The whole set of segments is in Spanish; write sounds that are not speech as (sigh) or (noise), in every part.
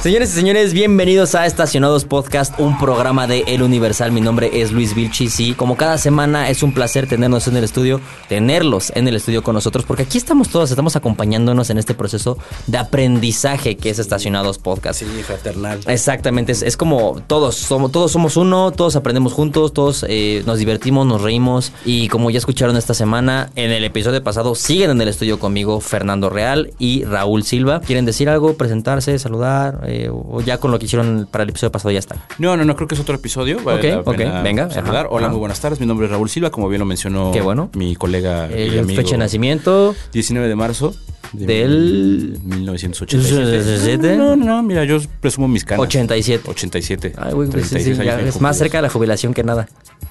Señores y señores, bienvenidos a Estacionados Podcast, un programa de El Universal. Mi nombre es Luis Vilchis y como cada semana es un placer tenernos en el estudio, tenerlos en el estudio con nosotros, porque aquí estamos todos, estamos acompañándonos en este proceso de aprendizaje que es Estacionados Podcast. Sí, fraternal. Exactamente, es, es como todos somos, todos somos uno, todos aprendemos juntos, todos eh, nos divertimos, nos reímos y como ya escucharon esta semana, en el episodio pasado siguen en el estudio conmigo Fernando Real y Raúl Silva. ¿Quieren decir algo, presentarse, saludar eh, o ya con lo que hicieron para el episodio pasado ya está? No, no, no, creo que es otro episodio. Vale Ok, la pena ok, venga, saludar. ajá, Hola, ajá. muy buenas tardes. Mi nombre es Raúl Silva, como bien lo mencionó Qué bueno. mi colega Eh, y amigo. fecha de nacimiento 19 de marzo de Del- 1987. No, no, mira, yo presumo mis canas. 87. 87. Ay, güey, pues, sí, 36 sí, ya años es más cumplidos. cerca de la jubilación que nada.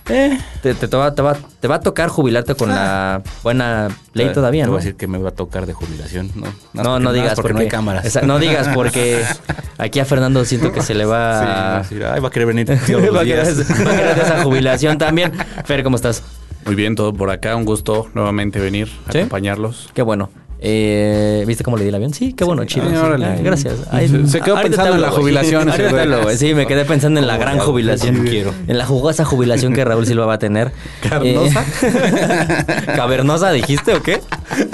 Eh, Te, te- te va, te va- te va a tocar jubilarte con la buena ley todavía, Ah. Te ¿no? voy a decir que me va a tocar de jubilación, ¿no? Nada más No, porque- no nada más digas porque, no hay cámaras. Esa- (laughs) no digas (laughs) porque aquí a Fernando siento que se le Sí, va va. a decir, ay, va (laughs) a querer venir todos los va a quedar días. va a (laughs) quedar esa jubilación también. Fer, ¿cómo estás? Muy bien, todo por acá. Un gusto nuevamente venir a ¿Sí? acompañarlos. Qué bueno. Eh, ¿Viste cómo le di el avión? Sí, qué bueno, chido. Ay, sí. órale. Ay, gracias. Se- se quedó ahorita te pensando en la güey. jubilación ese Ahorita te güey. Oh, hablo, güey. Sí, me quedé pensando en la gran Como jubilación. quiero. En la jugosa jubilación que Raúl Silva va a (laughs) tener. ¿Carnosa? Eh, (laughs) ¿Cavernosa dijiste o qué?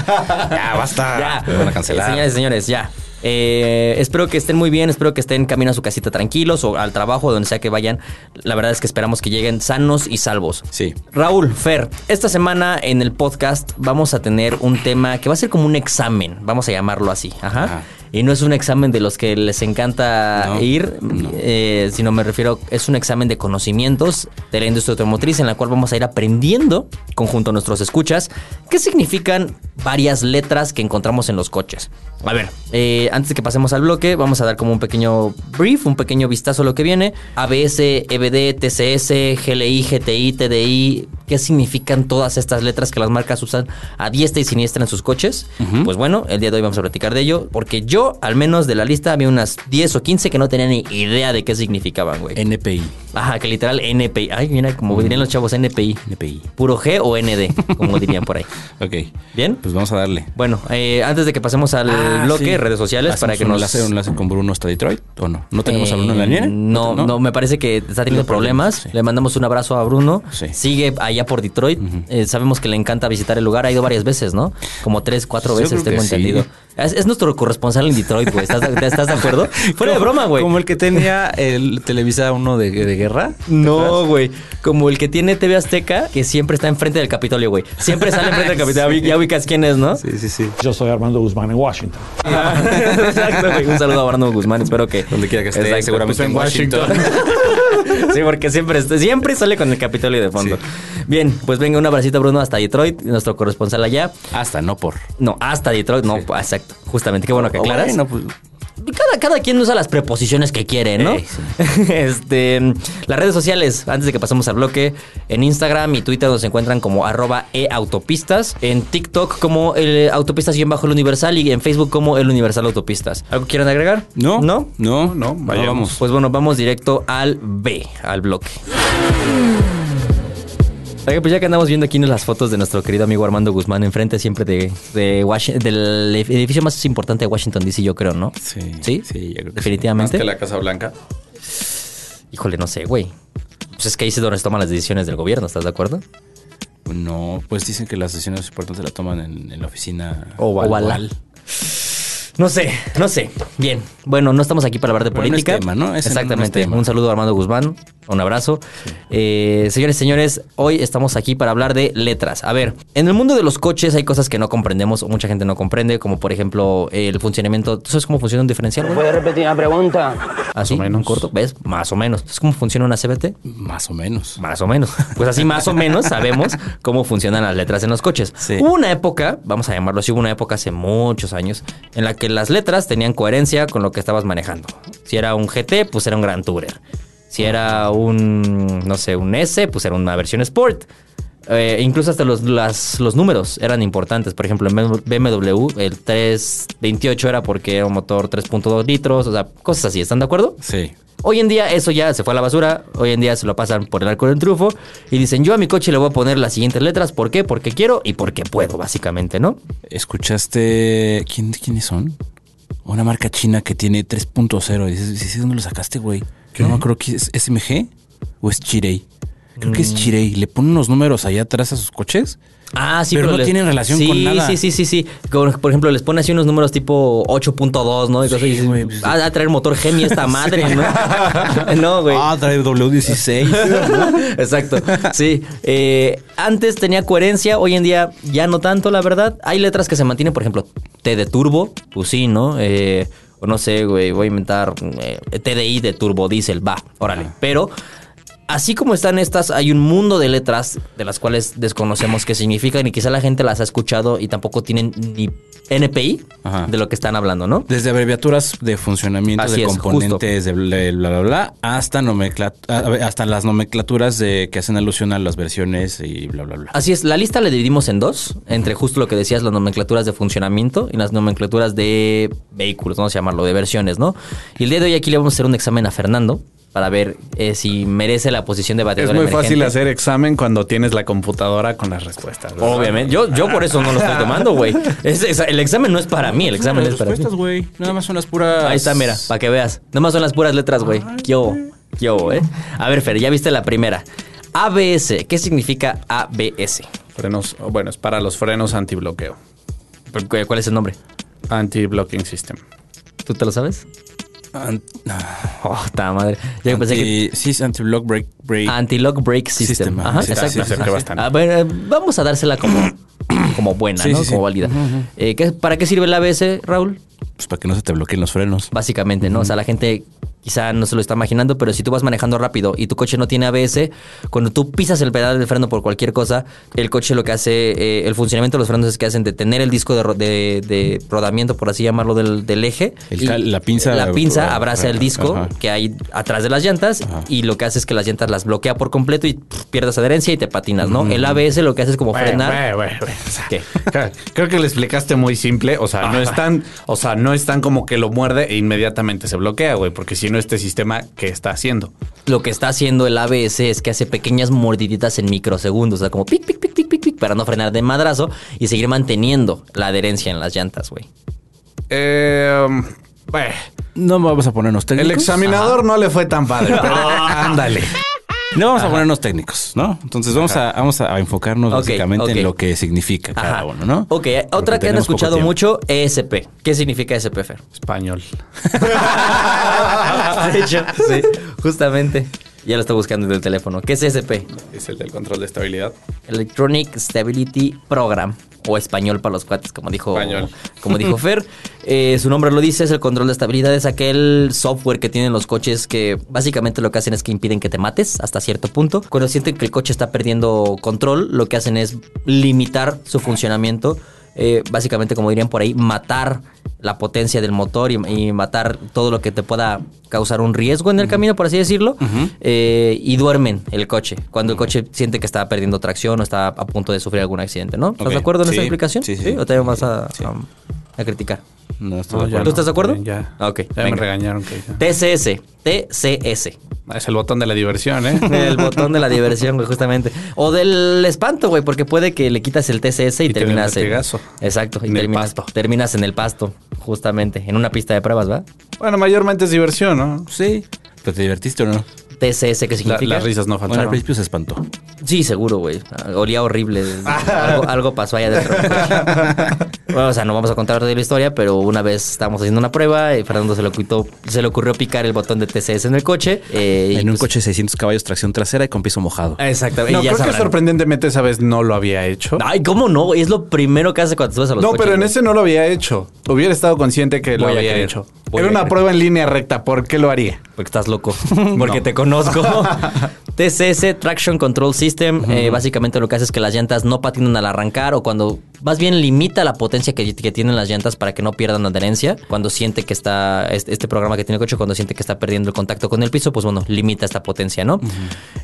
Ya, basta. Ya. Me van a cancelar. Eh, Señores, señores, ya. Eh, espero que estén muy bien, espero que estén camino a su casita tranquilos o al trabajo, donde sea que vayan. La verdad es que esperamos que lleguen sanos y salvos. Sí. Raúl, Fer, esta semana en el podcast vamos a tener un tema que va a ser como un examen, vamos a llamarlo así. Ajá. Ajá. Y no es un examen de los que les encanta No, ir, eh, sino me refiero, es un examen de conocimientos de la industria automotriz en la cual vamos a ir aprendiendo, conjunto a nuestros escuchas, qué significan varias letras que encontramos en los coches. A ver, eh, antes de que pasemos al bloque, vamos a dar como un pequeño brief, un pequeño vistazo a E lo que viene. ABS, EBD, TCS, GLI, GTI, TDI, ¿qué significan todas estas letras que las marcas usan a diestra y siniestra en sus coches? Pues bueno, el día de hoy vamos a platicar de ello, porque yo, al menos de la lista, había unas 10 o 15 que no tenía ni idea de qué significaban, güey. NPI. Ajá, que literal NPI. Ay, mira, como dirían los chavos, NPI. NPI. Puro G o ND, como dirían por ahí. Ok. ¿Bien? Pues vamos a darle. Bueno, eh, antes de que pasemos al Ah, bloque, sí. redes sociales, ¿Hacemos para que un nos... enlace, un enlace con Bruno hasta Detroit o no? ¿No tenemos a Bruno en la Eh, línea? No, no, me parece que está teniendo Tiene problemas. problemas, sí. Le mandamos un abrazo a Bruno. Sí. Sigue allá por Detroit. Eh, sabemos que le encanta visitar el lugar. Ha ido varias veces, ¿no? Como tres, cuatro Yo veces, creo tengo que sí. entendido. Es, es nuestro corresponsal en Detroit, güey. ¿Estás, (laughs) de- ¿Estás de acuerdo? Fuera de broma, güey. Como el que tenía el Televisa uno de, de guerra. No, güey. Como el que tiene TV Azteca, que siempre está enfrente del Capitolio, güey. Siempre sale enfrente del Capitolio. (laughs) Ya ubicas quién es, ¿no? Sí, sí, sí. Yo soy Armando Guzmán en Washington. (laughs) Exacto, güey. Un saludo a Arnoldo Guzmán. Espero que. Donde quiera que esté, Exacto. seguramente Pues en Washington. (laughs) Sí, porque siempre, está- siempre sale con el Capitolio de fondo. Bien, pues venga un abracito, Bruno, hasta Detroit, nuestro corresponsal allá. (laughs) Hasta no por. No, hasta Detroit, no, exacto. Justamente, qué bueno que O aclaras. bueno, pues, cada, cada quien usa las preposiciones que quiere, ¿no? Ey, (laughs) este, las redes sociales, antes de que pasemos al bloque, en Instagram y Twitter nos encuentran como arroba eautopistas, en TikTok como el autopistas y en bajo el universal y en Facebook como el universal autopistas. ¿Algo quieren agregar? No. ¿No? No, no. Vayamos. Pues bueno, vamos directo al B, al bloque. Oiga, pues ya que andamos viendo aquí las fotos de nuestro querido amigo Armando Guzmán enfrente siempre de, de Washi- del edificio más importante de Washington, D.C., yo creo, ¿no? Sí. ¿Sí? Sí, yo creo que sí. Definitivamente. la Casa Blanca. Híjole, no sé, güey. Pues es que ahí es donde se toman las decisiones del gobierno, ¿estás de acuerdo? No, pues dicen que las decisiones importantes la toman en, en la oficina Oval. No sé, no sé. Bien. Bueno, no estamos aquí para hablar de Pero no es política. tema, ¿no? Ese no- no es Exactamente. tema. Un saludo a Armando Guzmán. Un abrazo. Eh, señores, señores, hoy estamos aquí para hablar de letras. A ver, en el mundo de los coches hay cosas que no comprendemos o mucha gente no comprende, como por ejemplo el funcionamiento. ¿Tú sabes cómo funciona un diferencial? güey? ¿Puede repetir la pregunta? Así, o menos. en corto, ¿ves? Más o menos. ¿Sabes cómo funciona una CBT? Más o menos. Más o menos. Pues así más o menos sabemos cómo funcionan las letras en los coches. Sí. Hubo una época, vamos a llamarlo así, hubo una época hace muchos años, en la que las letras tenían coherencia con lo que estabas manejando. Si era un GT, pues era un Gran Tourer. Si era un, no sé, un S, pues era una versión Sport. Eh, incluso hasta los, las- los números eran importantes. Por ejemplo, en BMW el 328 era porque era un motor 3.2 litros, o sea, cosas así. ¿Están de acuerdo? Sí. Hoy en día eso ya se fue a la basura, hoy en día se lo pasan por el arco del triunfo y dicen, yo a mi coche le voy a poner las siguientes letras, ¿por qué? Porque quiero y porque puedo, básicamente, ¿no? ¿Escuchaste quién, quiénes son? Una marca china que tiene 3.0. Y Dices, "Sí, sí, ¿dónde lo sacaste, güey? No me acuerdo que es SMG o es Chirei. Creo que es Chirei. Le ponen unos números allá atrás a sus coches. Ah, sí, Pero no les- tienen relación Sí, con nada. Sí, sí, sí, sí. Como, por ejemplo, les pone así unos números tipo 8.2, ¿no? Y cosas, y dices, güey, pues, "Ah, va a traer motor Gemi (laughs) esta madre, ¿no? no, güey. Ah, trae W16. Exacto. Sí. Eh, antes tenía coherencia, hoy en día ya no tanto, la verdad. Hay letras que se mantienen, por ejemplo, T de turbo, pues sí, ¿no? Eh, o no sé, güey, voy a inventar eh, TDI de turbo diésel, va, órale. Pero así como están estas, hay un mundo de letras de las cuales desconocemos qué significan y quizá la gente las ha escuchado y tampoco tienen ni NPI Ajá. de lo que están hablando, ¿no? (laughs) Desde abreviaturas de funcionamiento Así es, de componentes, de bla, bla, bla, bla, hasta, nomencla- a ver, hasta las nomenclaturas de, que hacen alusión a las versiones y bla, bla, bla. Así es, la lista la dividimos en dos, entre justo lo que decías, las nomenclaturas de funcionamiento y las nomenclaturas de vehículos, vamos a llamarlo, de versiones, ¿no? Y el día de hoy aquí le vamos a hacer un examen a Fernando para ver eh, si merece la posición de Es bateador. muy fácil emergente. hacer examen cuando tienes la computadora con las respuestas. ¿verdad? Obviamente, yo, yo por eso no lo estoy tomando, güey. Es- es- el examen no es para mí, el examen es para mí. respuestas, güey. Nada más son las puras. Ahí está, mira, para que veas. Nomás son las puras letras, güey. ¿Qué hubo? ¿Qué hubo, eh? A ver, Fer, ya viste la primera. ABS, ¿qué significa ABS? Frenos, bueno, es para los frenos antibloqueo. ¿Cuál es el nombre? Anti-blocking system. ¿Tú te lo sabes? Ant- Oh, ta madre. Yo pensé que. anti- Sí, es anti-block break. break. Anti-lock brake system. Sistema. Ajá, Sí, sí, exacto. sí, sí, sí. bastante. Ah, bueno, eh, vamos a dársela (clears throat) como, como buena, Sí, ¿no? sí, sí. Como válida. Eh, ¿qué- ¿Para qué sirve el ABS, Raúl? Pues para que no se te bloqueen los frenos. Básicamente, ¿no? O sea, la gente quizá no se lo está imaginando, pero si tú vas manejando rápido y tu coche no tiene ABS, cuando tú pisas el pedal del freno por cualquier cosa, el coche lo que hace, eh, el funcionamiento de los frenos es que hacen detener el disco de, ro- de- de rodamiento, por así llamarlo, del, del eje. El Y cal- la pinza- La pinza abraza el disco Ajá. que hay atrás de las llantas y lo que hace es que las llantas las bloquea por completo y pff, pierdes adherencia y te patinas, ¿no? El ABS lo que hace es como Güey, frenar. güey, güey, güey, o sea, ¿Qué? creo- (laughs) Creo que lo explicaste muy simple. O sea, no es tan, o sea, no es tan como que lo muerde e inmediatamente se bloquea, güey. Porque si no, este sistema, ¿qué está haciendo? lo que está haciendo el ABS es que hace pequeñas mordiditas en microsegundos, o sea, como pic, pic, pic, pic, pic, pic, para no frenar de madrazo y seguir manteniendo la adherencia en las llantas, güey. Eh, güey, No vamos a ponernos técnicos. el examinador no le fue tan padre, (laughs) pero ándale. No vamos a ponernos técnicos, ¿no? Entonces vamos a, vamos a enfocarnos Ok, básicamente ok. en lo que significa cada uno, ¿no? Ok, eh, Porque otra que han tenemos poco escuchado tiempo. mucho, ESP. ¿Qué significa ESP, Fer? (laughs) (laughs) Español. De hecho, sí, justamente. Ya lo está buscando desde el teléfono. ¿Qué es ESP? Es el del control de estabilidad. Electronic Stability Program o español para los cuates, como dijo, Español. como dijo Fer. Eh, su nombre lo dice, es el control de estabilidad, es aquel software que tienen los coches que básicamente lo que hacen es que impiden que te mates hasta cierto punto. Cuando sienten que el coche está perdiendo control, lo que hacen es limitar su funcionamiento. eh, básicamente, como dirían por ahí, matar la potencia del motor y, y matar todo lo que te pueda causar un riesgo en el camino, por así decirlo, eh, y duermen el coche, cuando el coche siente que está perdiendo tracción o está a punto de sufrir algún accidente, ¿no? ¿Estás Ok, de acuerdo en sí, esa explicación? sí, sí. ¿O te vas a, a- a criticar? No, estoy de No, ya ¿Tú acuerdo. estás de acuerdo? Ya. Ah, ok, Ya me venga. regañaron. que ya. TCS, TCS. Es el botón de la diversión, (laughs) ¿eh? El botón de la diversión, güey, justamente. O del espanto, güey, porque puede que le quitas el TCS y, Y te den terminas el vertigazo. Exacto, y En el terminas, pasto. terminas en el pasto, justamente, en una pista de pruebas, ¿va? Bueno, mayormente es diversión, ¿no? Sí. ¿Pero te divertiste o no? TCS, ¿qué La- significa? las risas no Bueno, al faltaron. principio se espantó. Sí, seguro, güey. Olía horrible. Algo, algo pasó allá adentro. del coche. Bueno, o sea, no vamos a contar toda la historia, pero una vez estábamos haciendo una prueba y Fernando se le, ocurrió- se le ocurrió picar el botón de TCS en el coche. eh, y En pues- un Eh. coche de 600 caballos, tracción trasera y con piso mojado. Exactamente. No, y ya creo que sabrán. sorprendentemente esa vez no lo había hecho. Ay, ¿cómo no? Es lo primero que hace cuando te subes a los no, coches. pero en güey. ese no lo había hecho. Hubiera estado consciente que lo Voy a había creer. hecho. Voy Era a una creer. prueba en línea recta. ¿Por qué lo haría? Porque estás (laughs) loco. Porque te conozco. TCS, Traction Control System, eh, básicamente lo que hace es que las llantas no patinan al arrancar o cuando más bien limita la potencia que, que tienen las llantas para que no pierdan adherencia. Cuando siente que está, este, este programa que tiene el coche, cuando siente que está perdiendo el contacto con el piso, pues bueno, limita esta potencia, ¿no?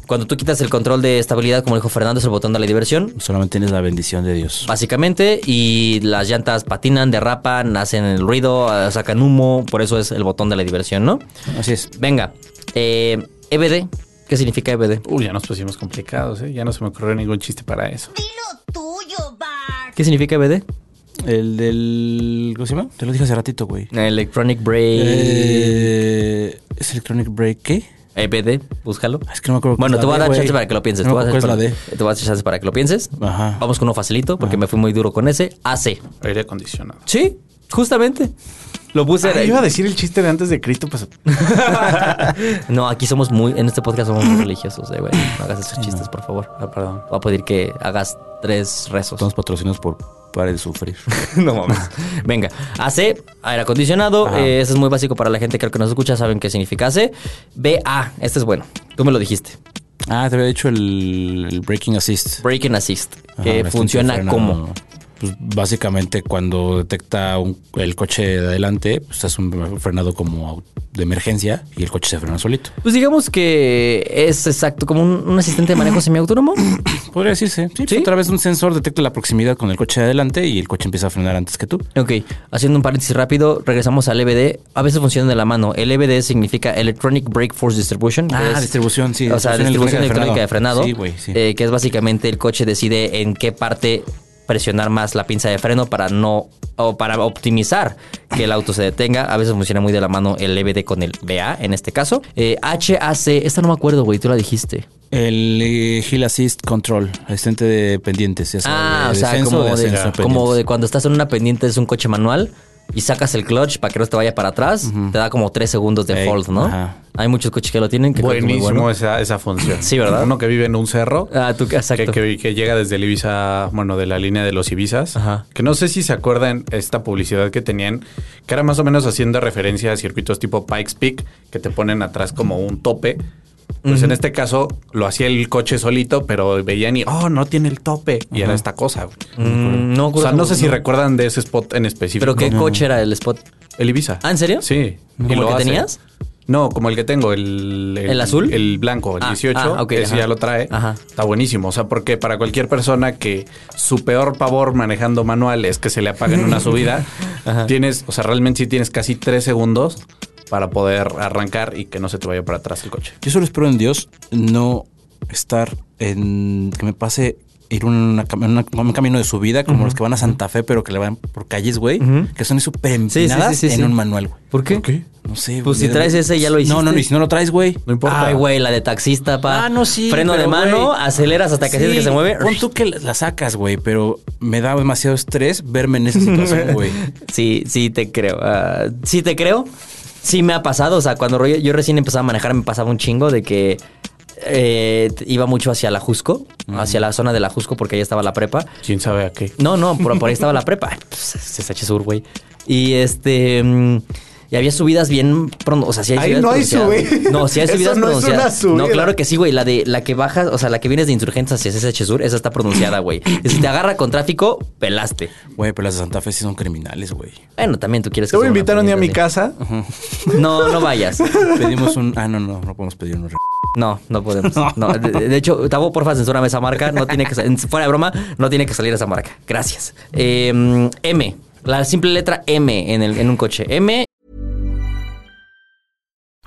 Cuando tú quitas el control de estabilidad, como dijo Fernando, es el botón de la diversión. Solamente tienes la bendición de Dios. Básicamente, y las llantas patinan, derrapan, hacen el ruido, eh, sacan humo, por eso es el botón de la diversión, ¿no? Así es. Venga, Eh, EBD. ¿Qué significa E EBD? Uy, ya nos pusimos complicados, ¿eh? Ya no se me ocurrió ningún chiste para eso. Di lo tuyo, Bart. ¿Qué significa E EBD? El del. ¿Cómo se llama? Te lo dije hace ratito, güey. Electronic Break. Eh, ¿Es Electronic Break qué? EBD, E búscalo. Es que no me acuerdo. Bueno, cuál te voy a es la dar D, chance güey. para que lo pienses. te, No me voy a dar acuerdo Ah. cuál es chance- la te voy a dar chance para que lo pienses. Ajá. Vamos con uno facilito porque me fui muy duro con ese. AC. Aire acondicionado. Sí, justamente. Lo puse. Ah, iba a decir el chiste de antes de Cristo, pues. no, aquí somos muy. En este podcast somos muy religiosos, eh, güey. No hagas esos chistes, por favor. Ah, perdón. Voy a pedir que hagas tres rezos. Estamos patrocinados por Para de Sufrir. (laughs) no mames. Venga, AC, aire acondicionado. eh, ese es muy básico para la gente creo que nos escucha, saben qué significa AC. BA, este es bueno. Tú me lo dijiste. ah, te había dicho el, el Breaking Assist. Break and Assist, Ajá, que este funciona frena, como. Pues básicamente cuando detecta un- el coche de adelante, pues hace un frenado como au- de emergencia y el coche se frena solito. Pues digamos que es exacto, como un, un asistente de manejo semiautónomo. Podría decirse. Sí, pues ¿Sí? otra vez un sensor detecta la proximidad con el coche de adelante y el coche empieza a frenar antes que tú. Ok, haciendo un paréntesis rápido, regresamos al EBD. A veces funciona de la mano. El EBD significa Electronic Brake Force Distribution. que Ah, es- distribución, sí, O sea, distribución distribución electrónica de frenado. Sí, güey, sí. eh, que es básicamente el coche decide en qué parte presionar más la pinza de freno para no o para optimizar que el auto se detenga. A veces funciona muy de la mano el EBD con el BA en este caso. Eh, HAC, esta no me acuerdo, güey, tú la dijiste. El eh, Hill Assist Control, asistente de pendientes. Ya Ah, de o sea, descenso, como, de ascenso, de, pendientes. como de cuando estás en una pendiente es un coche manual y sacas el clutch para que no te vaya para atrás, te da como tres segundos de Ey, fold, ¿no? ajá. Hay muchos coches que lo tienen. Que creo que es muy Buenísimo bueno. esa, esa función. Sí, ¿verdad? Uno que vive en un cerro. Ah, tú, Que, exacto. que- que llega desde el Ibiza, bueno, de la línea de los Ibizas. Ajá. Que no sé si se acuerdan esta publicidad que tenían, que era más o menos haciendo referencia a circuitos tipo Pikes Peak, que te ponen atrás como un tope. Pues en este caso lo hacía el coche solito, pero veían y, oh, no tiene el tope. Y era esta cosa. güey. Mm, no, o sea, no sé si no. recuerdan de ese spot en específico. Pero qué coche era el spot. El Ibiza. ¿Ah, en serio? Sí. ¿Como Y el lo que hace. tenías? No, como el que tengo, el... ¿El azul? El blanco, el Ah, 18. ah, ok, ese ajá. ya lo trae. Ajá. Está buenísimo. O sea, porque para cualquier persona que su peor pavor manejando manual es que se le apague en (laughs) una subida, tienes... O sea, realmente sí tienes casi tres segundos para poder arrancar y que no se te vaya para atrás el coche. Yo solo espero en Dios no estar en que me pase ir en una cam- en una- en un camino de subida como los que van a Santa Fe, pero que le van por calles, güey, Ujú. que son súper sí, empinadas sí, sí, sí. en un manual, güey. ¿Por qué? No sé. Pues güey. si traes ese, ya lo No, no, hiciste. y si no lo traes, güey. No importa. Ay, güey, la de taxista, pa. Ah, no, sí, Freno de pero, mano, güey. aceleras hasta que sientes que Sí, se mueve. Pon tú que la sacas, güey, pero me da demasiado estrés verme en (laughs) esa situación, güey. Sí, sí te creo. Ah, sí te creo. Sí me ha pasado. O sea, cuando ro- yo recién empezaba a manejar me pasaba un chingo de que eh, t- iba mucho hacia la Jusco, hacia la zona de la Jusco porque ahí estaba la prepa. ¿Quién sabe a qué? No, no, por, por ahí estaba la prepa. (laughs) Pues, Se está Sur, güey. Y este... mm, y había subidas bien pronto, o sea, sí hay subidas Ahí no hay pronunciadas. subida. No, sí hay (laughs) Eso subidas no es una pronunciadas. No, subida. claro que sí, güey, la de la que bajas, o sea, la que vienes de Insurgentes hacia SSH Sur, esa está pronunciada, güey. Y si te agarra con tráfico, pelaste. Güey, pero las de Santa Fe sí son criminales, (laughs) güey. Bueno, también tú quieres Te voy a sea una invitar un día a mi pendiente casa. así. No, no vayas. Pedimos un. Ah, no, no, no podemos pedir un. re- No, no podemos. No, de, de hecho, Tabo, porfa, censúrame esa marca. No tiene que sa- Fuera de broma, no tiene que salir esa marca. Gracias. Eh, M. La simple letra M en, el, en un coche. M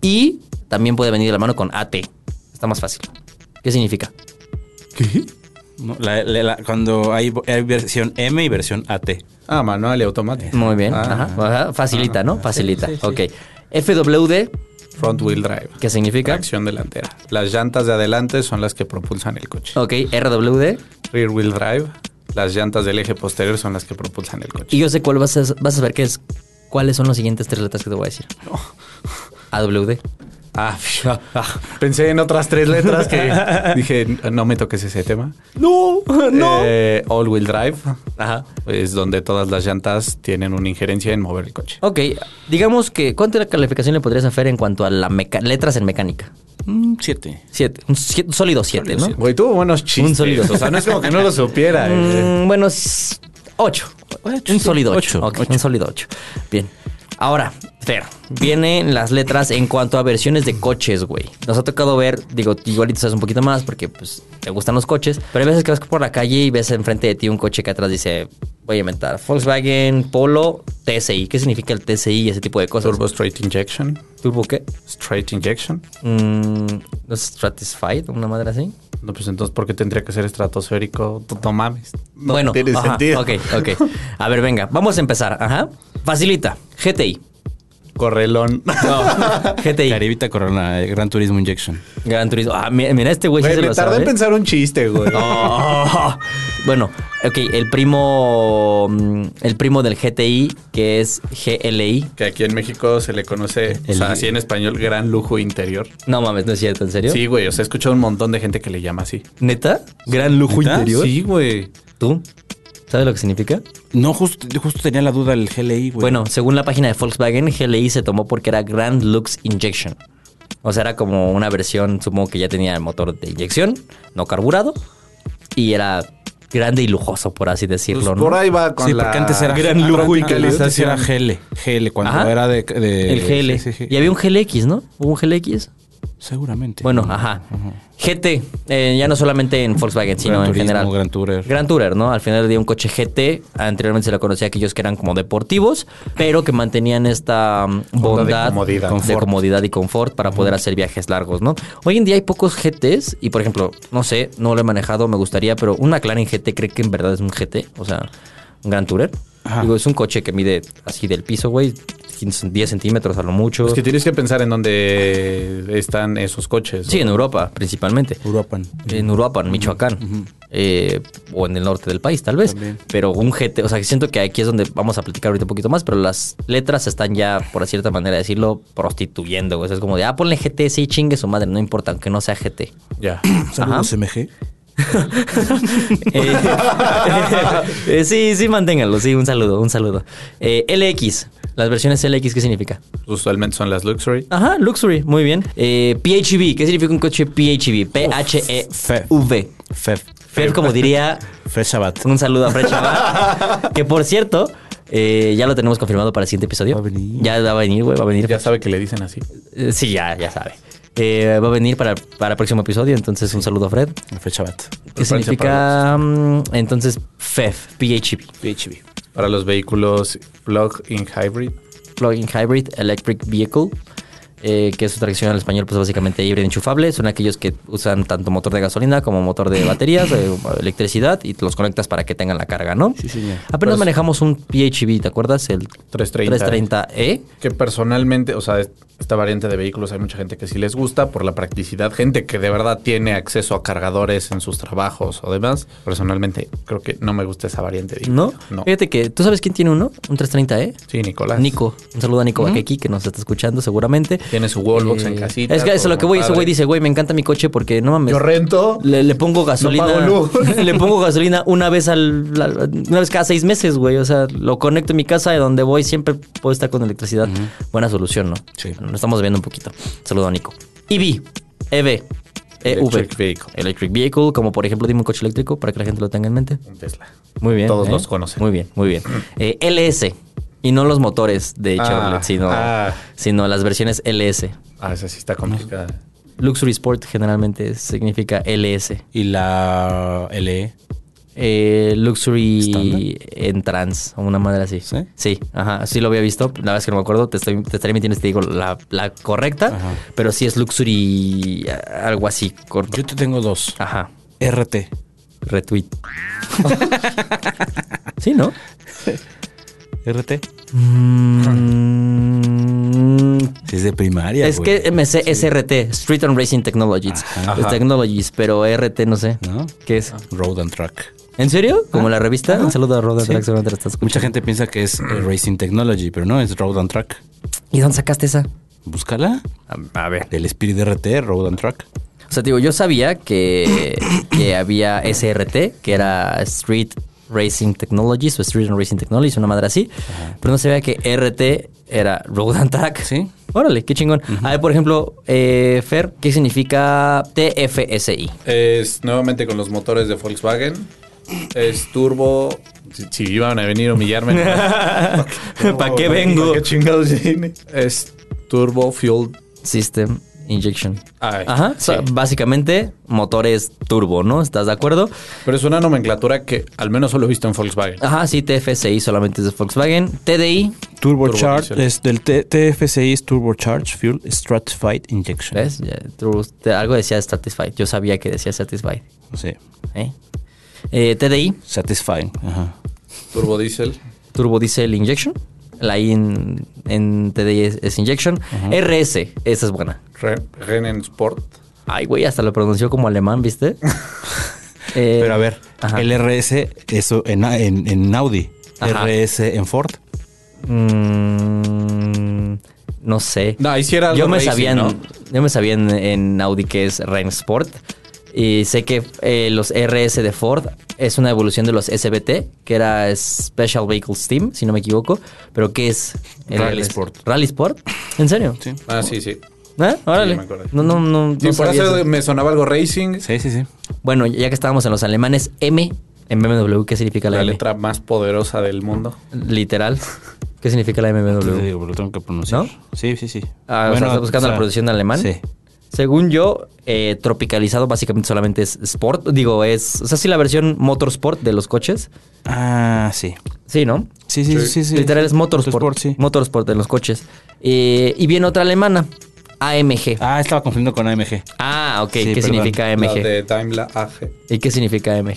y también puede venir de la mano con AT. Está más fácil. ¿Qué significa? No, la- la- la- cuando hay, hay versión M y versión AT. Ah, manual y automático. Muy bien. Ah, Ajá. Ajá. Facilita, ¿no? Facilita. Ok. FWD, Front wheel drive. ¿qué significa? Tracción delantera. Las llantas de adelante son las que propulsan el coche. Ok. RWD. Rear wheel drive. Las llantas del eje posterior son las que propulsan el coche. Y yo sé cuál vas a, vas a saber qué es. ¿Cuáles son las siguientes tres letras que te voy a decir? AWD. Ah, (laughs) pensé en otras tres letras (laughs) que dije, no me toques ese tema. No, Eh, all Wheel Drive Ajá. es donde todas las llantas tienen una injerencia en mover el coche. Ok, digamos que, ¿cuánta calificación le podrías hacer en cuanto a la meca- letras en mecánica? Mm, siete. Siete. Un siete- sólido siete, ¿no? Güey, tuvo buenos chistes. sólido. O sea, no es como que no lo supiera. eh. Mm, bueno, s- ocho. Un sólido ocho. Ok, Un sólido ocho. Bien. Ahora, Fer, vienen las letras en cuanto a versiones de coches, güey. Nos ha tocado ver, digo, igual y tú sabes un poquito más porque pues te gustan los coches, pero hay veces que vas por la calle y ves enfrente de ti un coche que atrás dice, voy a inventar Volkswagen Polo TSI. ¿Qué significa el TSI y ese tipo de cosas? Turbo Straight Injection. ¿Turbo qué? Straight Injection. Mm, ¿No es Stratisfied? ¿Una madre así? No, pues entonces, ¿por qué tendría que ser estratosférico? Tú No mames. No bueno, tiene ajá, sentido. ok, ok. A ver, venga, vamos a empezar. Ajá. Facilita. GTI. Correlón. (laughs) GTI. Caribita Corona, eh, Gran Turismo Injection. Gran Turismo. Ah, mi- mira, este güey sí Güey, se me lo tardé sabe. en pensar un chiste, güey. Oh. (laughs) Bueno, ok, el primo. mm, El primo del GTI, que es GLI. Que aquí en México se le conoce, o sea, así en español, gran lujo interior. No mames, no es cierto, ¿en serio? Sí, güey. O sea, he escuchado un montón de gente que le llama así. Ah, ¿Neta? Gran lujo ¿Neta? interior. Sí, güey. ¿Tú? ¿Sabes lo que significa? No, justo, justo tenía la duda del GLI, güey. Bueno, según la página de Volkswagen, GLI se tomó porque era Grand Lux Injection. O sea, era como una versión, supongo que ya tenía el motor de inyección, no carburado, y era grande y lujoso, por así decirlo. Pues ¿no? por ahí va con sí, la porque antes era gran lujo lujo Antes era interior. GL. GL, cuando Ajá. era de, de- El GL. eh, sí, sí, sí. Y había un GLX, ¿no? ¿Hubo un GLX? Seguramente. Este, Bueno, ajá. GT, eh, ya no solamente en Volkswagen, sino en Turismo, general. Gran Tourer. Gran Tourer, ¿no? Al final dio un coche GT. Anteriormente se le conocía a aquellos que eran como deportivos, pero que mantenían esta um, Onda de bondad comodidad. de Confort. comodidad y confort para poder hacer viajes largos, ¿no? Hoy en día hay pocos GTs y, por ejemplo, no sé, no lo he manejado, me gustaría, pero una McLaren GT cree que en verdad es un GT, o sea, un Gran Tourer. Ajá. Digo, es un coche que mide así del piso, güey, 15, 10 centímetros a lo mucho. Es que tienes que pensar en dónde están esos coches. Sí, en Europa, principalmente. Uruapan. En Uruapan, Michoacán. Eh, o en el norte del país, tal vez. Pero un GT, o sea, que siento que aquí es donde vamos a platicar ahorita un poquito más, pero las letras se están ya, por cierta manera decirlo, prostituyendo. güey. O sea, es como de, ah, ponle GT, sí, chingue su madre, no importa, aunque no sea GT. Ya. Saludos, MG. Eh, eh, sí, sí, manténganlo, sí, un saludo, un saludo. Eh, LX, las versiones LX, ¿qué significa? Usualmente son las luxury. Ajá, Luxury, muy bien. Eh, PHEV, ¿qué significa un coche PHEV? P-H-E-V. Fef. Fer, E como diría Fef Shabbat. Un saludo a (laughs) Fred Chabat, que por cierto, eh, ya lo tenemos confirmado para el siguiente episodio. Va a venir. Ya va a venir, güey, va a venir. Ya sabe que le dicen así. Eh, sí, ya, ya sabe. Eh, va a venir para, para el próximo episodio, entonces un saludo a Fred. Fef Shabbat. ¿Qué parece significa mm, entonces E FEF, PHEV, PHB. Para los vehículos plug-in hybrid. Plug-in Hybrid Electric Vehicle, eh, que es su traducción al español, pues básicamente híbrido enchufable. Son aquellos que usan tanto motor de gasolina como motor de baterías, eh, electricidad, y los conectas para que tengan la carga, ¿no? Sí, señor. Apenas manejamos un PHEV, ¿te acuerdas? El E, 330. 330E. Que personalmente, o sea, es- esta variante de vehículos hay mucha gente que sí les gusta por la practicidad, gente que de verdad tiene acceso a cargadores en sus trabajos o demás. Personalmente, creo que no me gusta esa variante. de ¿No? híbrido. No. Fíjate que, ¿tú sabes quién tiene uno? Un 330E. Sí, Nicolás. Nico. Un saludo a Nico Bakeki, que nos está escuchando seguramente. Tiene su wallbox Eh, en casita. Es que eso es lo que voy, ese güey dice, güey, me encanta mi coche porque no mames. Yo rento. Le, le pongo gasolina. pago (laughs) luz. le pongo gasolina una vez al la- una vez cada seis meses, güey. O sea, lo conecto en mi casa de donde voy, siempre puedo estar con electricidad. Buena solución, ¿no? Sí. Bueno, nos estamos viendo un poquito. Saludo a Nico. E EV, EV, EV. Electric Vehicle. E Electric Vehicle, como por ejemplo, dime un coche eléctrico para que la gente lo tenga en mente. Un Tesla. Muy bien. Todos ¿eh? los conocen. Muy bien, (clears throat) muy bien. Eh, LS. Y no los motores de Ah, Chevrolet, sino, ah. sino las versiones LS. Ah, esa sí está complicada. Luxury Sport generalmente significa LS. Y la E. LE. Eh, luxury ¿Estándar? en trans, o una madre así. ¿Sí? ajá, sí lo había visto. La verdad es que no me acuerdo, te, estoy, te estaré mintiendo si te digo la, la correcta, pero sí es luxury, eh, algo así, corto. Yo te tengo dos. Ajá, RT. retweet. (laughs) sí, ¿no? RT. Mm, Es de primaria. es güey. que me sé SRT, Street and Racing Technologies, Ajá. Technologies, pero RT no sé. ¿No? ¿Qué es? Road and Track. ¿En serio? ¿Como la revista? Un saludo a Roda Sí. Mucha gente piensa que es eh, Racing Technology, pero no, es Road and Track. ¿Y dónde sacaste esa? Búscala. A, a ver. Del Spirit RT, Road and Track. O sea, te digo, yo sabía que, que había SRT, que era Street Racing Technologies o Street and Racing Technologies, una madre así. Pero no sabía que RT era Road and Track. Sí. Órale, qué chingón. A ver, por ejemplo, eh, Fer, ¿qué significa TFSI? Es nuevamente con los motores de Volkswagen. Es turbo. Si, si iban a venir (laughs) a humillarme. (laughs) ¿Para qué vengo? ¿Qué chingados viene? Es turbo fuel. System Injection. Ay, Ajá. o sea, sí. básicamente, motores turbo, ¿no? ¿Estás de acuerdo? Pero es una nomenclatura que al menos solo he visto en Volkswagen. Ajá, sí, TFSI solamente es de Volkswagen. TDI, Turbocharged Turbocharged es del T- TFSI es Turbocharged Fuel Stratified Injection. ¿ves? Ya, turbo- te- algo decía Satisfied. Yo sabía que decía Satisfied. Sí. ¿eh? Eh, TDI, Satisfying. Ajá. Turbo diésel. Turbo Diesel Injection. La I en, en TDI es, es Injection. RS, esa es buena. Re- Rennen Sport. Ay, güey, hasta lo pronunció como alemán, (laughs) ¿viste? Eh, Pero a ver, ajá. el RS, eso en, en, en Audi. Ajá. RS en Ford. Mm, no sé. No, ahí sí era algo yo me racing, sabía en, ¿no? Yo me sabía en, en Audi que es Rain Sport. Y sé que eh, los RS de Ford es una evolución de los SBT, que era Special Vehicles Team, si no me equivoco. Pero ¿qué es? Rally RS? Sport. ¿Rally Sport? ¿En serio? Sí. Ah, sí, sí. ¿Eh? Órale. me acuerdo. no, no, no. no Sí, por sabía eso eso. me sonaba algo racing. Sí, sí, sí. Bueno, ya que estábamos en los alemanes, M en BMW, ¿qué significa la, La M? letra más poderosa del mundo. Literal. ¿Qué significa la Te MW? digo, pero lo tengo que pronunciar. ¿No? Sí, sí, sí. Ah, o sea, ¿estás buscando la producción en alemán? Sí. Según yo, eh, tropicalizado básicamente solamente es sport. Digo, es. O sea, sí, la versión motorsport de los coches. Ah, sí. Sí, ¿no? Sí, sí, sí, sí. sí. Literal es motorsport. Motorsport, sí. Motorsport de los coches. Eh, y viene otra alemana, AMG. Ah, Ah, estaba confundiendo con AMG. ok. sí, ¿Qué perdón. significa La AMG? de Daimler AG. ¿Y qué significa AMG?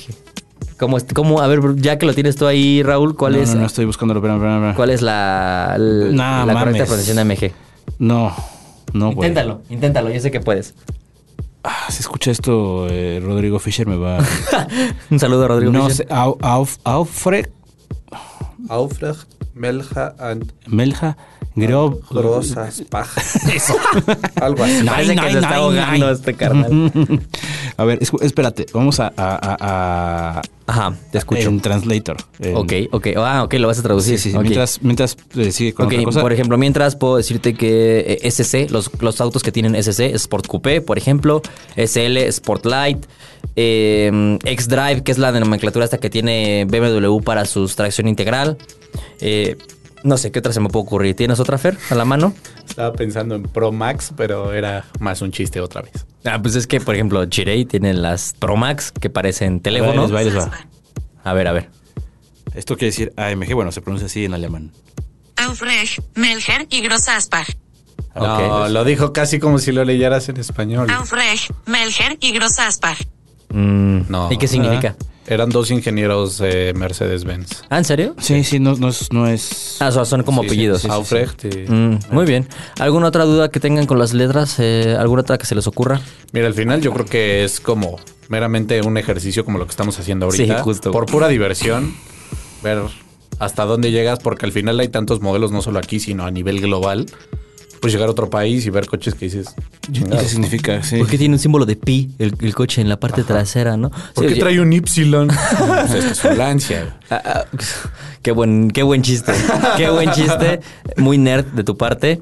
¿Cómo, es- cómo- a ver, ya que lo tienes tú ahí, Raúl, ¿cuál no, es, no, no, estoy buscándolo. Espera, espera, espera. ¿cuál es la, l- Nah, la correcta mames. pronunciación de AMG? No, no, güey. inténtalo, inténtalo, yo sé que puedes. Ah, si escucha esto, eh, Rodrigo Fisher me va. (laughs) Un saludo a (laughs) Rodrigo. no Fischer. sé, Au- Auf, Aufre, Aufrecht, Melja and Ah, Melja, Grob. Grosas (laughs) Pajas. Eso. algo así. Parece que Nine, se está nine, ahogando nine. este (laughs) carnal. A ver, escu- espérate, vamos a. a, a, a- Ajá, te escucho. En translator. en- Ok, ok. Ah, ok, lo vas a Sí, traducir. sí, sí. Ok. Mientras, mientras eh, sigue con Ok, otra cosa. por ejemplo, mientras puedo decirte que eh, SC, los, los autos que tienen SC, Sport Coupé, por ejemplo, SL, Sport Light, eh, X-Drive, que es la nomenclatura hasta que tiene BMW para su tracción integral. eh, no sé, ¿qué otra se me puede ocurrir? ¿Tienes otra, Fer, a la mano? Estaba pensando en Pro Max, pero era más un chiste otra vez. Ah, pues es que, por ejemplo, Chirey tiene las Pro Max que parecen Ahí les teléfonos. va, ahí les va. A ver, a ver. Esto quiere decir AMG, bueno, se pronuncia así en alemán. Aufrecht, Melcher y Grossaspach. No, Ok. lo dijo casi como si lo leyeras en español. Aufrecht, Melcher y Grossaspach. Mm, No. Ah. ¿Y qué significa? Eran dos ingenieros eh, Mercedes-Benz. ¿Ah, en serio? Sí, sí, no, no es. No es... Ah, o sea, son como apellidos. Ah, Aufrecht y- Mm, muy bien. ¿Alguna otra duda que tengan con las letras? Eh, ¿Alguna otra que se les ocurra? Mira, al final yo creo que es como meramente un ejercicio como lo que estamos haciendo Sí, ahorita. justo. Por pura diversión, ver hasta dónde llegas, porque al final hay tantos modelos, no solo aquí, sino a nivel global. Pues llegar a otro país y ver coches que dices, ¿Y (laughs) qué significa? Sí. Porque tiene un símbolo de pi el, el coche en la parte trasera, ¿no? ¿por Sí, qué oye, trae un (laughs) Y? Pues esto es Francia. ah, ah, (laughs) qué, buen, qué buen chiste. qué buen chiste. Muy nerd de tu parte.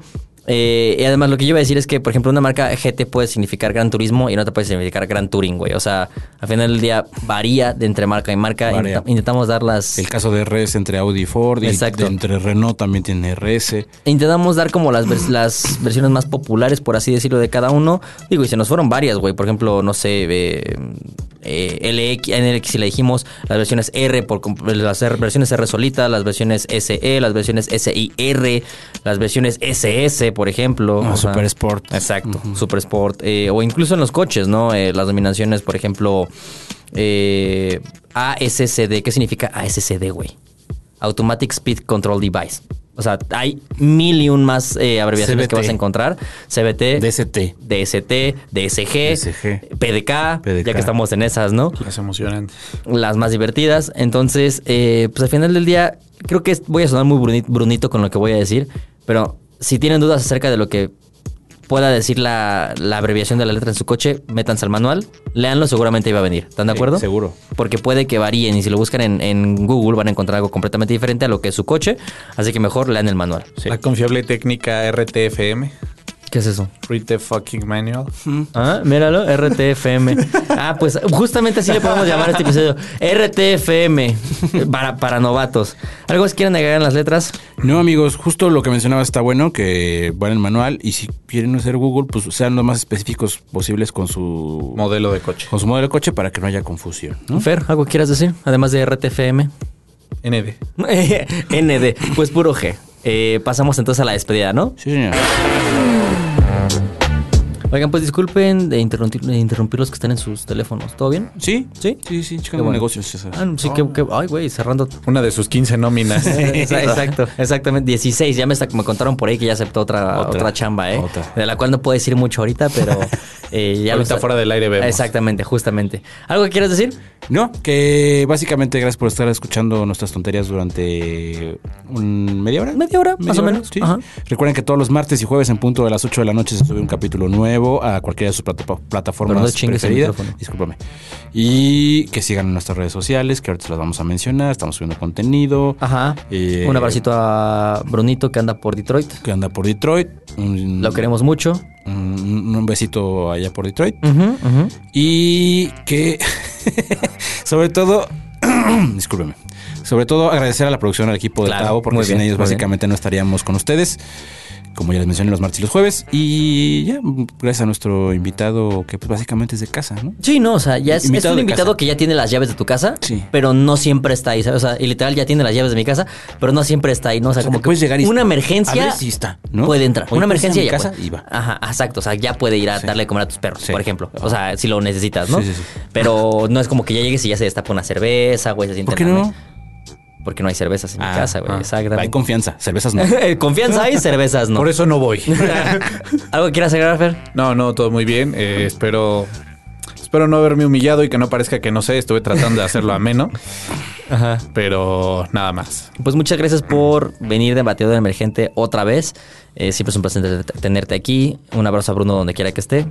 Eh, y además lo que yo iba a decir es que, por ejemplo, una marca GT puede significar gran turismo y no te puede significar gran touring, güey. O sea, al final del día varía de entre marca y marca. Varía. Intent- intentamos dar las... El caso de RS entre Audi y Ford. Y Exacto. Entre Renault también tiene RS. Intentamos dar como las, vers- las versiones más populares, por así decirlo, de cada uno. Digo, y se nos fueron varias, güey. Por ejemplo, no sé, eh, eh, LX, NLX si le dijimos, las versiones R, por, com- las R- versiones R solita, las versiones SE, las versiones SIR, las versiones SS, por ejemplo. Ah, O sea, Super Sport. Exacto, Super Sport. eh, o incluso en los coches, ¿no? Eh, las dominaciones, por ejemplo, eh, ASCD. ¿Qué significa ASCD, güey? Automatic Speed Control Device. O sea, hay mil y un más eh, abreviaciones que CBT. vas a encontrar. CBT, DST. DST, DSG, DSG, PDK, ya PDK. que estamos en esas, ¿no? Es emocionante. las más divertidas. Entonces, eh, pues al final del día, creo que es- voy a sonar muy bruni- brunito con lo que voy a decir, pero si tienen dudas acerca de lo que pueda decir la, la abreviación de la letra en su coche, métanse al manual, leanlo, seguramente iba a venir. ¿Están de Sí, acuerdo? seguro. Porque puede que varíen y si lo buscan en, en Google van a encontrar algo completamente diferente a lo que es su coche. Así que mejor lean el manual. La confiable técnica RTFM. ¿Qué es eso? Read the fucking manual. Ah, míralo, RTFM. Ah, pues justamente así le podemos llamar a este episodio. RTFM. Para, para novatos. ¿Algo que quieran agregar en las letras? No, amigos, justo lo que mencionaba está bueno, que van el manual y si quieren hacer Google, pues sean lo más específicos posibles con su, Modelo de coche. con su modelo de coche para que no haya confusión, ¿no? Fer, ¿algo que quieras decir? Además de (laughs) RTFM. ND. ND, pues puro G. Eh, pasamos entonces a la despedida, ¿no? Sí, señor. Oigan, pues disculpen de interrumpir, de interrumpir los que están en sus teléfonos. ¿Todo bien? ¿Sí? ¿Sí? Sí, sí, Qué checando bueno. negocios. ya sabes. Ah, sí, que, que- ay, güey, (laughs) cerrando. Una de sus (laughs) 15 nóminas. Exa- Exacto, exactamente. 16. Ya me, está- me contaron por ahí que ya aceptó otra, otra, Otra. chamba, ¿eh? Otra. De la cual no puedo decir mucho ahorita, pero eh, ya lo Ahorita sa- fuera del aire vemos. Exactamente, justamente. ¿Algo que quieras decir? No, que básicamente gracias por estar escuchando nuestras tonterías durante un media hora. Media hora, más o menos. sí. Ajá. Recuerden que todos los martes y jueves en punto de las 8 de la noche se sube un capítulo nuevo a cualquiera de sus plata- plataformas Pero no chingues el preferidas. micrófono. Discúlpame. Y que sigan en nuestras redes sociales, que ahorita se las vamos a mencionar. Estamos subiendo contenido. Ajá. Eh, Un abracito a Brunito que anda por Detroit. Que anda por Detroit. Un, Lo queremos mucho. Un, un besito allá por Detroit. Ujú, ujú. Y que, (laughs) sobre todo, (clears throat) discúlpeme, sobre todo agradecer a la producción, al equipo de Claro, Tavo, porque muy sin bien, ellos muy básicamente no estaríamos con ustedes, como ya les mencioné los martes y los jueves. Y ya, gracias a nuestro invitado, que pues básicamente es de casa, ¿no? Sí, no, o sea, ya es, es Invitado un de invitado casa. que ya tiene las llaves de tu casa, Sí. pero no siempre está ahí, ¿sabes? O sea, y literal ya tiene las llaves de mi casa, pero no siempre está ahí, ¿no? O sea, O sea, como que que puedes llegar y- una a emergencia ver si está, ¿no? puede entrar. Oye, una ¿puedes ir a emergencia mi ya casa? puede. Y va. Ajá, exacto, o sea, ya puede ir a darle de comer a tus perros, Sí. por ejemplo. O sea, si lo necesitas, ¿no? Sí, sí, sí. Pero no es como que ya llegues y ya se destapa una cerveza, güey, se siente ¿Por qué en la no? mesa. Porque no hay cervezas en mi Ah, casa, güey. ah. Hay Exactamente. confianza, cervezas (laughs) no. Confianza hay, cervezas no. Por eso (laughs) no voy. ¿Algo que quieras agregar, Fer? No, no, todo muy bien. Eh, espero. Espero no haberme humillado y que no parezca que no sé. Estuve tratando de hacerlo ameno. Ajá. Pero nada más. Pues muchas gracias por venir de Bateador Emergente otra vez. Eh, siempre es un placer te- tenerte aquí. Un abrazo a Bruno donde quiera que esté.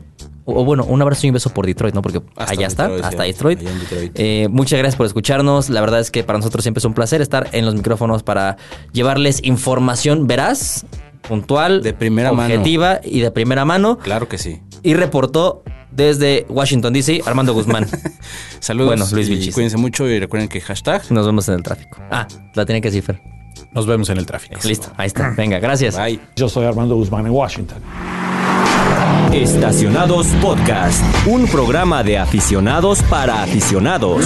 O, o bueno, un abrazo y un beso por Detroit, ¿no? Porque Hasta allá está, Detroit, hasta sí, Detroit. allá en Detroit. Eh, muchas gracias por escucharnos. La verdad es que para nosotros siempre es un placer estar en los micrófonos para llevarles información veraz, puntual, De primera mano. objetiva y de primera mano. Claro que sí. Y reportó desde Washington, D.C., Armando (laughs) Guzmán. Saludos. Bueno, Luis y Vilchis. Cuídense mucho y recuerden que hashtag. Nos vemos en el tráfico. Ah, la tenía que decir, Fer. Nos vemos en el tráfico. Listo, ahí está. Venga, gracias. Bye. Yo soy Armando Guzmán en Washington. Estacionados Podcast, un programa de aficionados para aficionados.